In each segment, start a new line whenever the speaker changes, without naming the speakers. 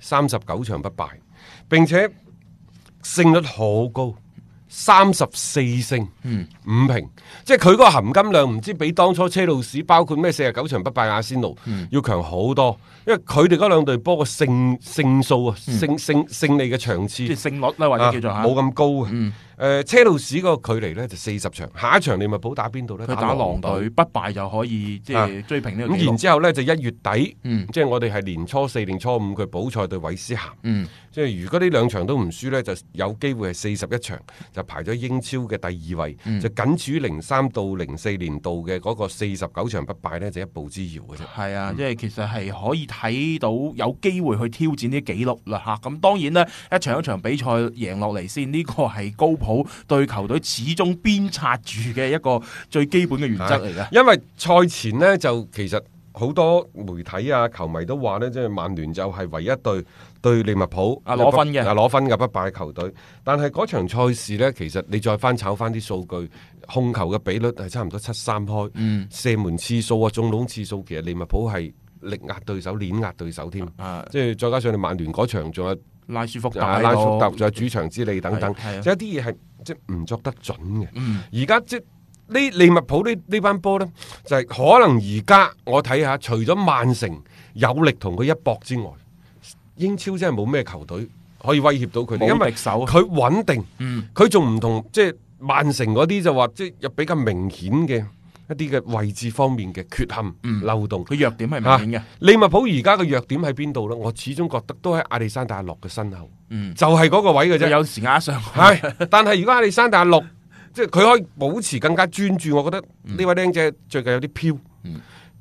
三十九場不敗，並且勝率好高，三十四勝
嗯
五平，即係佢嗰個含金量唔知比當初車路士包括咩四十九場不敗阿仙奴、
嗯
要強好多，因為佢哋嗰兩隊波個勝勝數啊，勝勝勝利嘅場次
嗯即係勝率啦，或
啊
者叫做嗯嚇
冇咁高嘅。誒、車路士個距離呢就四十場，下一場利物浦打邊度呢？
佢打狼隊不敗就可以即
啊
係追平呢個
咁
紀
然
錄。
之後呢，就一月底，
嗯
即係我哋係年初四定初五佢補賽對韋斯咸，
嗯
即係如果呢兩場都唔輸呢，就有機會係四十一場就排咗英超嘅第二位，
嗯
就僅處於零三到零四年度嘅嗰個四十九場不敗呢，就一步之遙嘅啫。
係啊，即係其實係可以睇到有機會去挑戰啲紀錄啦嚇。咁當然咧，一場一場比賽贏落嚟先，呢個係高普對球隊始終鞭策住嘅一個最基本嘅原則嚟嘅。
因為賽前呢，就其實好多媒體啊、球迷都話呢，即係曼聯就係唯一隊對利物浦
啊攞分嘅
啊攞分嘅不敗球隊。但係嗰場賽事呢，其實你再翻炒翻啲數據，控球嘅比率係差唔多七三開，
嗯
射門次數啊、中籠次數，其實利物浦係力壓對手、碾壓對手添。
啊，
即係再加上你曼聯嗰場仲有
拉舒福特
啊
喺
拉
度
福特，仲有主場之利等等，
係係啊
即係一啲嘢係即係唔作得準嘅。
嗯
而家即呢利物浦呢呢班波呢，就係、可能而家我睇下，除咗曼城有力同佢一搏之外，英超真係冇咩球隊可以威脅到佢哋，因
冇
為
敵手啊。
佢穩定，
嗯
佢仲唔同即係曼城嗰啲就話即係有比較明顯嘅一啲嘅位置方面嘅缺陷、
嗯
漏洞。
佢弱點係明顯嘅
啊。利物浦而家嘅弱點喺邊度呢？我始終覺得都喺亞歷山大阿洛嘅身後，
嗯
就係嗰個位嘅啫
佢。有時壓上去
系，但係如果阿里山大六，即係佢可以保持更加專注，我覺得
嗯
呢位僆仔最近有啲飄。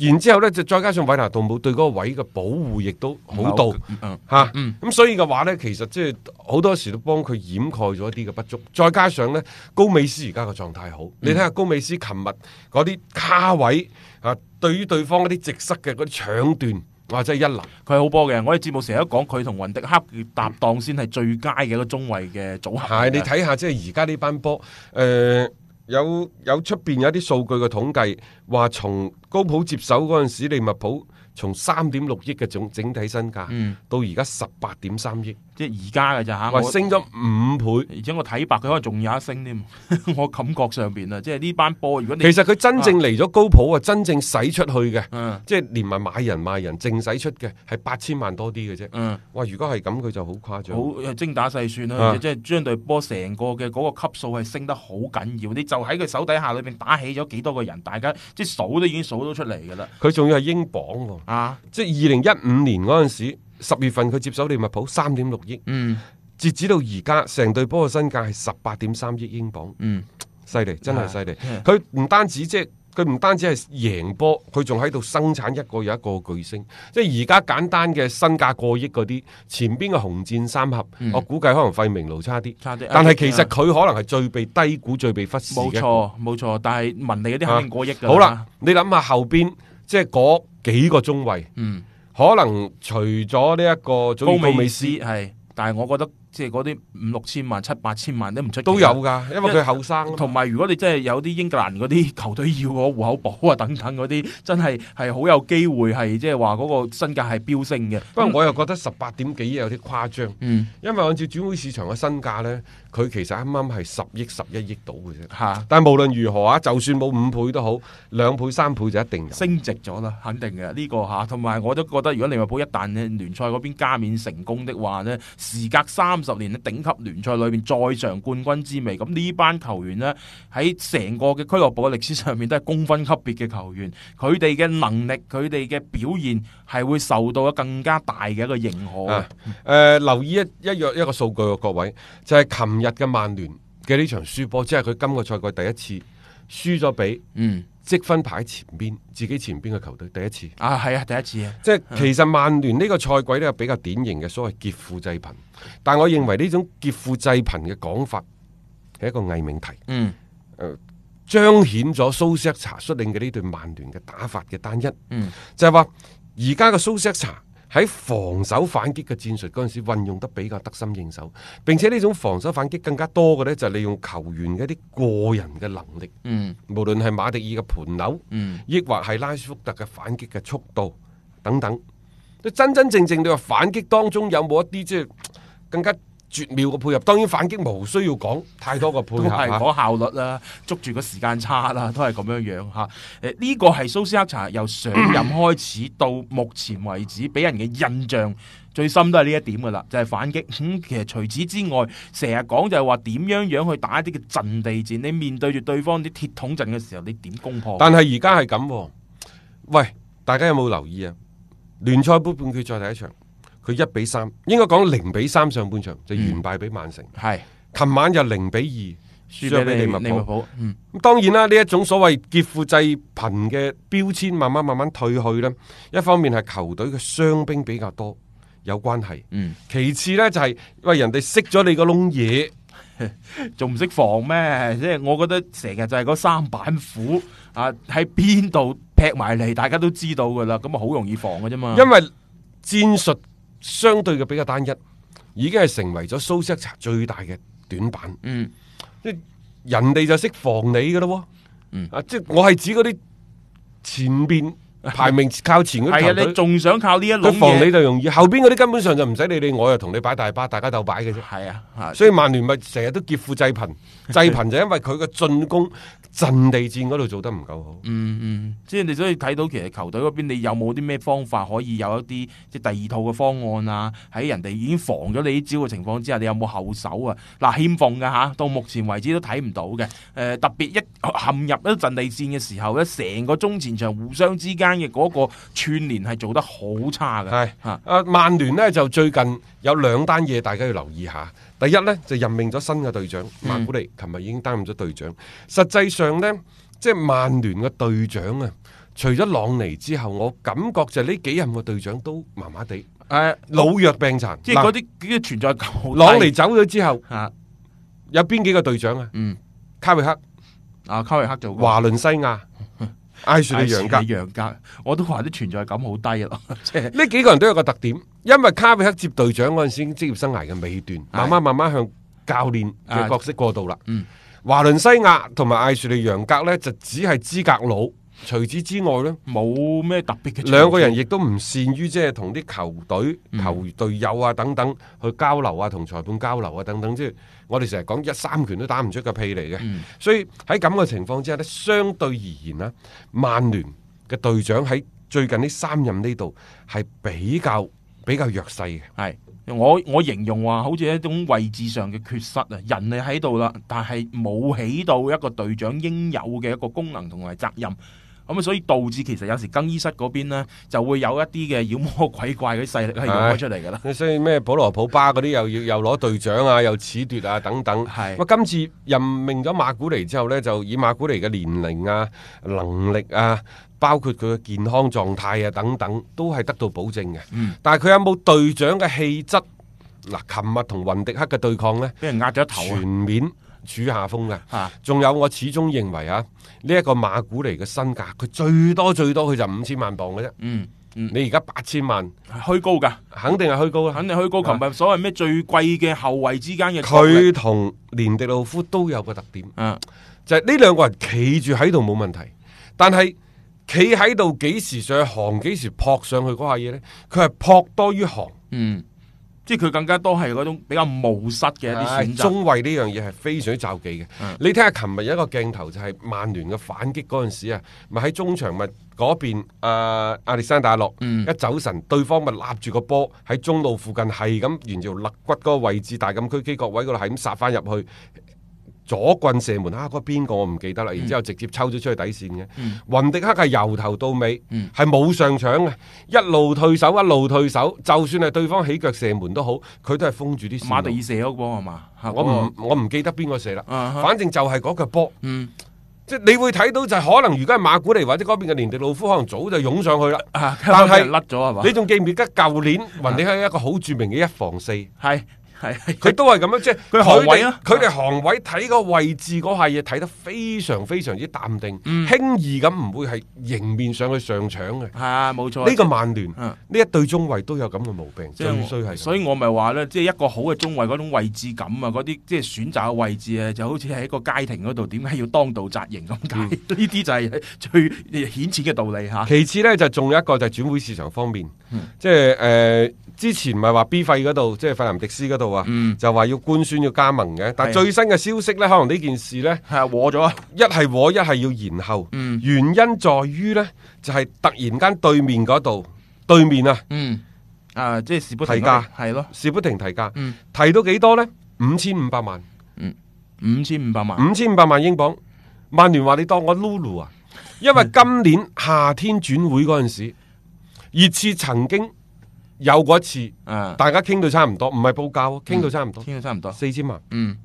然之後咧，就再加上韋拿杜姆對嗰個位嘅保護亦都好到
嗯
吓，咁、所以嘅話呢，其實即係好多時都幫佢掩蓋咗一啲嘅不足。再加上呢，高美斯而家嘅狀態好，
嗯
你睇下高美斯琴日嗰啲卡位啊，對於對方嗰啲直塞嘅嗰啲搶斷，哇真係一流。
佢好波嘅，我哋節目成日都講佢同雲迪克嘅搭檔先係最佳嘅一個中衞嘅組合嚟
係，
嘅。
你睇下即係而家呢班波，誒、呃有有出邊有啲數據嘅統計，話從高普接手嗰陣時，利物浦從三點六億嘅總整體身價，
嗯
到而家十八點三億，
即係而家嘅咋嚇，
話
我
升咗五倍。
而且我睇白佢可能仲有一升添， 我感覺上邊啊，即係呢班波，如果你
其實佢真正嚟咗高普啊，真正使出去嘅，
嗯
即係連埋買人賣人，淨使出嘅係八千萬多啲嘅啫。
嗯
哇！如果係咁，佢就好誇張。
好精打細算
啊
啦，即係將隊波成個嘅嗰個級數係升得好緊要，你就喺佢手底下裏邊打起咗幾多個人，大家即係數都已經數到出嚟㗎啦，
佢仲要係英鎊喎，
啊，
即係二零一五年嗰陣時，十月份佢接手利物浦三點六億。
嗯
截止到而家，成隊波嘅身價係十八點三億英鎊，
嗯，
犀利，真係犀利
啊。
佢唔單止即係佢唔單止係贏波，佢仲喺度生產一個又一個嘅巨星。即係而家簡單嘅身價過億嗰啲，前邊嘅紅箭三俠，
嗯
我估計可能費明奴差啲，
差啲啊
但係其實佢可能係最被低估、最被忽視
冇
嘅。
錯冇錯，但係文理嗰啲肯定過億㗎
啊好啦，，你諗下後邊即係嗰幾個中衞，
嗯。
可能除咗呢一個祖
高
爾高
美
美
斯
斯
係，但係我覺得即係嗰啲五六千萬、七八千萬都唔出奇啊
都有。㗎，因為佢後生啊嘛。
同埋，如果你真係有啲英格蘭嗰啲球隊要我户口簿啊等等嗰啲，真係係好有機會係即係話嗰個身價係飆升嘅。
不過我又覺得十八點幾有啲誇張，
嗯
因為按照轉會市場嘅身價呢，佢其實啱啱係十億、十一億到嘅啫。
嚇
但無論如何啊，就算冇五倍都好，兩倍、三倍就一定有。
升值咗啦，肯定嘅呢、個嚇。同埋我都覺得，如果利物浦一旦咧聯賽嗰邊加冕成功的話呢時隔三十年咧頂級聯賽裏邊再嘗冠軍之味，咁呢班球員呢，喺成個嘅俱樂部嘅歷史上面都係公分級別嘅球員，佢哋嘅能力、佢哋嘅表現係會受到更加大嘅一個認可嘅
啊。，誒、留意一一樣一個數據啊，各位就係琴日嘅曼聯嘅呢場輸波，即係佢今個賽季第一次輸咗俾
嗯，
積分排喺前邊，自己前邊嘅球隊第一次。
啊，係啊，第一次啊，
即係其實曼聯呢個賽季呢，比較典型嘅所謂劫富濟貧，但我認為呢種劫富濟貧嘅講法係一個偽命題，
嗯
彰顯咗蘇斯克查率領嘅呢隊曼聯嘅打法嘅單一，
嗯
就係話而家嘅蘇斯克查。喺防守反擊嘅戰術嗰陣時，運用得比較得心應手，並且呢種防守反擊更加多嘅呢，就係利用球員嘅一啲個人嘅能力，
嗯
無論係馬迪爾嘅盤扭，
嗯，
抑或係拉舒福特嘅反擊嘅速度等等。你真真正正你話反擊當中有冇一啲即係更加絕妙嘅配合？當然反擊無需要講太多嘅配
都
合
係
啊
講效率啦，捉住個時間差啦， 都係咁樣樣嚇。誒呢個係蘇斯克查由上任開始到目前為止，俾人嘅印象最深都係呢一點噶啦，就係、反擊。 嗯其實除此之外，成日講就係話點樣樣去打一啲嘅陣地戰，你面對住對方啲鐵桶陣嘅時候，你點攻破？
但係而家係咁喎，喂，大家有冇留意啊？聯賽杯半決賽第一場，佢一比三，應該講零比三上半場就
嗯
完敗俾曼城。
係
琴晚又零比二輸
輸俾
俾利
利
物
利物
浦。
浦。嗯
咁當然啦，呢一種所謂劫富濟貧嘅標籤，慢慢慢慢退去啦。一方面係球隊嘅傷兵比較多有關係，
嗯，
其次呢，就係、喂人哋識咗你個窿嘢，
仲唔識防咩？即係我覺得成日就係嗰三板斧啊，喺邊度劈埋嚟，大家都知道噶啦，咁啊好容易防嘅啫嘛。
因為戰術相對嘅比較單一，已經係成為咗蘇斯克查最大嘅短板。
嗯
即係人哋就識防你噶咯喎，
嗯
啊，即係我係指嗰啲前面排名靠前嗰啲
係
球
啊，你
隊，
仲想靠呢一籠
佢防你
嘢？
就容易，後邊嗰啲根本上就唔使理你，我又同你擺大巴，大家鬥擺嘅啫。
係啊，啊
所以曼聯咪成日都劫富濟貧，濟貧就因為佢嘅進攻陣地戰嗰度做得唔夠好。
嗯嗯，即係你所以睇到其實球隊嗰邊，你有冇啲咩方法可以有一啲即係第二套嘅方案啊？喺人哋已經防咗你呢招嘅情況之下，你有冇後手啊？嗱，欠奉嘅吓，到目前為止都睇唔到嘅。誒、呃特別一陷入一陣地戰嘅時候咧，成個中前場互相之間嘅嗰個串聯係做得好差嘅。
係
嚇
啊，曼聯呢就最近有兩單嘢，大家要留意下。第一呢，就任命咗新嘅隊長馬古尼，琴日已經擔任咗隊長。實際上呢，即係曼聯嘅隊長啊，除咗朗尼之後，我感覺就呢幾任嘅隊長都麻麻地，
誒、
老弱病殘。
即係
嗱
嗰啲啲存在感好低
朗尼走咗之後，
啊，
有邊幾個隊長啊？
嗯，
卡維克、
啊，卡維克做過
華倫西亞、艾雪利楊格
係。楊格，我都話啲存在感好低啊咯，即係
呢幾個人都有個特點，因為卡比克接隊長嗰陣時，已經職業生涯嘅尾段，慢慢慢慢向教練嘅角色過渡啦。
嗯，
華倫西亞同埋艾樹利楊格呢，就只係資格佬，除此之外呢，
冇咩特別嘅。
兩個人亦都唔善於即係同啲球隊、
嗯
球隊友啊等等去交流啊，同裁判交流啊等等，即係我哋成日講一三拳都打唔出個屁嚟嘅。
嗯
所以喺咁嘅情況之下呢，相對而言啦，曼聯嘅隊長喺最近呢三任呢度係比較比較弱勢嘅。
係我我形容話，好似一種位置上嘅缺失啊，人係喺度啦，但係冇起到一個隊長應有嘅一個功能同埋責任。咁啊，所以導致其實有時更衣室嗰邊呢，就會有一啲嘅妖魔鬼怪嗰啲勢力係湧開出嚟㗎啦。
所以咩保羅普巴嗰啲又要又攞隊長啊，又褫奪啊等等。
係
我今次任命咗馬古尼之後呢，就以馬古尼嘅年齡啊、能力啊，包括佢嘅健康狀態啊等等，都係得到保證嘅。
嗯
但係佢有冇隊長嘅氣質？嗱，琴日同雲迪克嘅對抗呢，
俾人壓咗一頭
全面處下風嘅。
啊！
仲有，我始終認為啊，呢、一個馬古尼嘅身價，佢最多最多佢就五千萬磅嘅啫。
嗯，
你而家八千萬，
虛高㗎，
肯定係虛高啦。
肯定虛高。琴日所謂咩最貴嘅後衞之間嘅角力
啊佢同連迪路夫都有個特點，
啊，
就係呢兩個人企住喺度冇問題，但係企喺度幾時上去行，幾時撲上去嗰下嘢呢？佢係撲多於行。
嗯，即係佢更加多係嗰種比較務實嘅一啲
唉
選擇。
中衞呢樣嘢係非常之罩忌嘅。
嗯
你睇下琴日有一個鏡頭就係曼聯嘅反擊嗰陣時啊，咪喺中場咪嗰邊啊亞歷山大洛、
嗯
一走神，對方咪立住個波喺中路附近係咁沿條肋骨嗰個位置大禁區基角位嗰度係咁殺翻入去。左棍射門啊！嗰邊個我唔記得啦，然之後直接抽咗出去底線嘅。
嗯
雲迪克係由頭到尾
嗯
係冇、上搶嘅，一路退守一路退守，就算係對方起腳射門都好，佢都係封住啲線路。
馬特啊爾射嗰個係嘛？
我唔我唔記得邊個射啦，
啊哈
反正就係嗰腳波，
嗯
即係你會睇到就係可能，如果係馬古尼或者嗰邊嘅連迪老夫，可能早就湧上去啦。
啊，
但係
俾人甩咗係嘛？啊
你仲記唔記得舊年雲迪係一個好著名嘅一防四，
係係係
佢都係咁樣，即係
佢行位啊
佢哋佢哋行位睇個位置嗰下嘢睇得非常非常之淡定，
嗯
輕易咁唔會係迎面上去上搶嘅。
係啊，冇錯。
呢個曼聯
嗯
呢一對中衞都有咁嘅毛病，
即
最
係我
衰係咁。
所以我咪話咧，即係一個好嘅中衞嗰種位置感啊，嗰啲即係選擇嘅位置啊，就好似喺一個街亭嗰度，點解要當道扎營咁解？
嗯
呢啲就係最顯淺嘅道理嚇。
其次呢，就仲有一個就係轉會市場方面，
嗯
即係誒、呃之前咪話 B 費嗰度，即係費南迪斯嗰度啊，
嗯
就話要官宣要加盟嘅。但
係啊
最新嘅消息呢，可能呢件事呢，
係啊和咗啊，
一係和一係要延後，
嗯
原因在於呢，就係、突然間對面嗰度，對面啊，
嗯啊，即係事不
提
停
價
係咯，
士不停提價，
嗯
提到幾多呢？五千五百萬，
五千五百萬，
五千五百萬英鎊。曼聯話你當我 Lulu 啊，因
嗯
為今年夏天轉會嗰陣時，熱刺曾經有過一次。
啊，
大家傾到差唔多，唔係報價喎，傾到差唔多
天到差唔多，
四千萬，
嗯，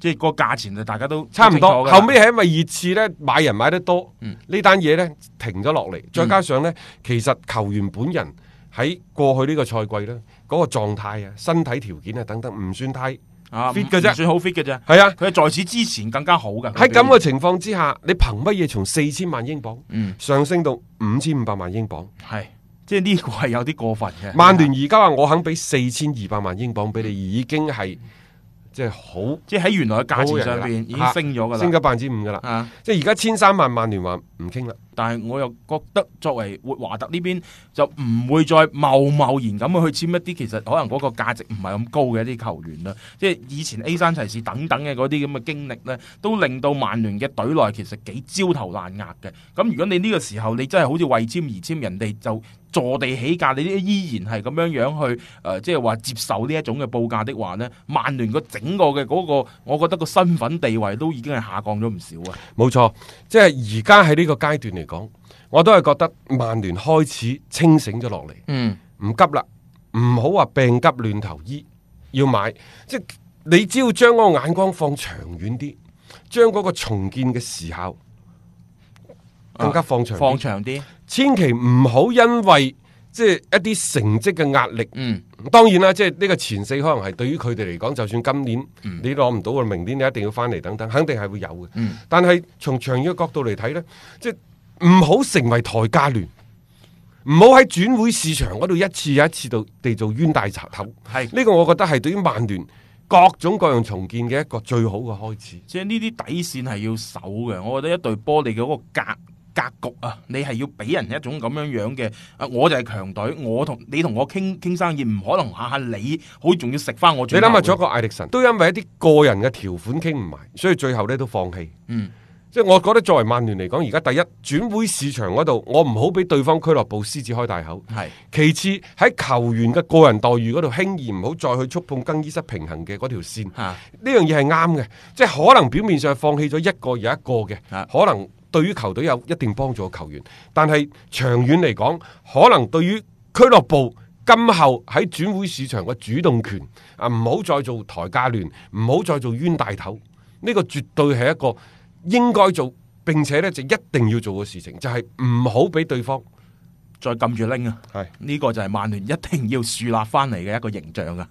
即係個價錢就大家都
差唔多。
好清楚㗎啦
後尾係因為熱刺呢買人買得多，
嗯
呢單嘢呢停咗落嚟，再加上呢，其實球員本人喺過去呢個賽季呢，嗰、個狀態啊、身體條件啊等等唔算太
啊
fit 嘅啫
唔算好 fit 嘅啫。
係啊。
佢係在此之前更加好㗎。
喺
佢
咁嘅
表
情況之下，你憑乜嘢從四千萬英鎊
嗯
上升到五千五百萬英鎊？
現係即係呢個係有啲過分嘅。
曼聯而家話我肯俾四千二百萬英鎊俾
嗯
你，已經係即係好
即係喺原來嘅價
好
錢上邊
人㗎啦
已經升咗㗎啦，
升咗百分之五噶啦。
啊！
即係而家千三萬曼聯話唔傾啦，
但係我又覺得作為活華特呢邊就唔會再貿貿然咁去簽一啲其實可能嗰個價值唔係咁高嘅一啲球員啦。即係以前 A 山齊士等等嘅嗰啲咁嘅經歷呢，都令到曼聯嘅隊內其實幾焦頭爛額嘅。咁如果你呢個時候你真係好似為簽而簽，人哋就坐地起價，你呢依然係咁樣樣去誒、呃即係話接受呢一種嘅報價的話呢，曼聯個整個嘅嗰、個，我覺得個身份地位都已經係下降咗唔少啊。
冇錯。即係而家喺呢個階段嚟講，我都係覺得曼聯開始清醒咗落嚟，
嗯，
唔急啦，唔好話病急亂投醫，要買。即係你只要將嗰個眼光放長遠啲，將嗰個重建嘅時效
啊
更加放長啲，
放長啲，
千祈唔好因為即係一啲成績嘅壓力。
嗯。
當然啦，即係呢個前四可能係對於佢哋嚟講，就算今年你攞唔到啊，明年你一定要翻嚟等等，肯定係會有嘅。
嗯
但係從長遠嘅角度嚟睇呢，即係唔好成為抬價聯，唔好喺轉會市場嗰度一次又一次度地做冤大頭。
係
呢個，我覺得係對於曼聯各種各樣重建嘅一個最好嘅開始。
即係呢啲底線係要守嘅。我覺得一隊波你嘅嗰個格格局啊，你係要俾人一種咁樣樣嘅。啊，我就係強隊，我同你同我傾傾生意，唔可能下下你好似仲要食翻我
你
最
諗下，
後嘅。
咗個艾力神都因為一啲個人嘅條款傾唔埋，所以最後呢都放棄。
嗯，
即係我覺得作為曼聯嚟講，而家第一轉會市場嗰度，我唔好俾對方俱樂部獅子開大口。
係
其次喺球員嘅個人待遇嗰度，輕易唔好再去觸碰更衣室平衡嘅嗰條線。呢
嚇
樣嘢係啱嘅，即係可能表面上放棄咗一個又一個嘅
啊，
可能對於球隊有一定幫助嘅球員，但係長遠嚟講，可能對於俱樂部。今後喺轉會市場嘅主動權啊，唔好再做抬價聯，唔好再做冤大頭，呢、個絕對係一個應該做並且呢就一定要做嘅事情，就係唔好俾對方
再撳住拎啊！
係。
呢個就係曼聯一定要樹立翻嚟嘅一個形象啊！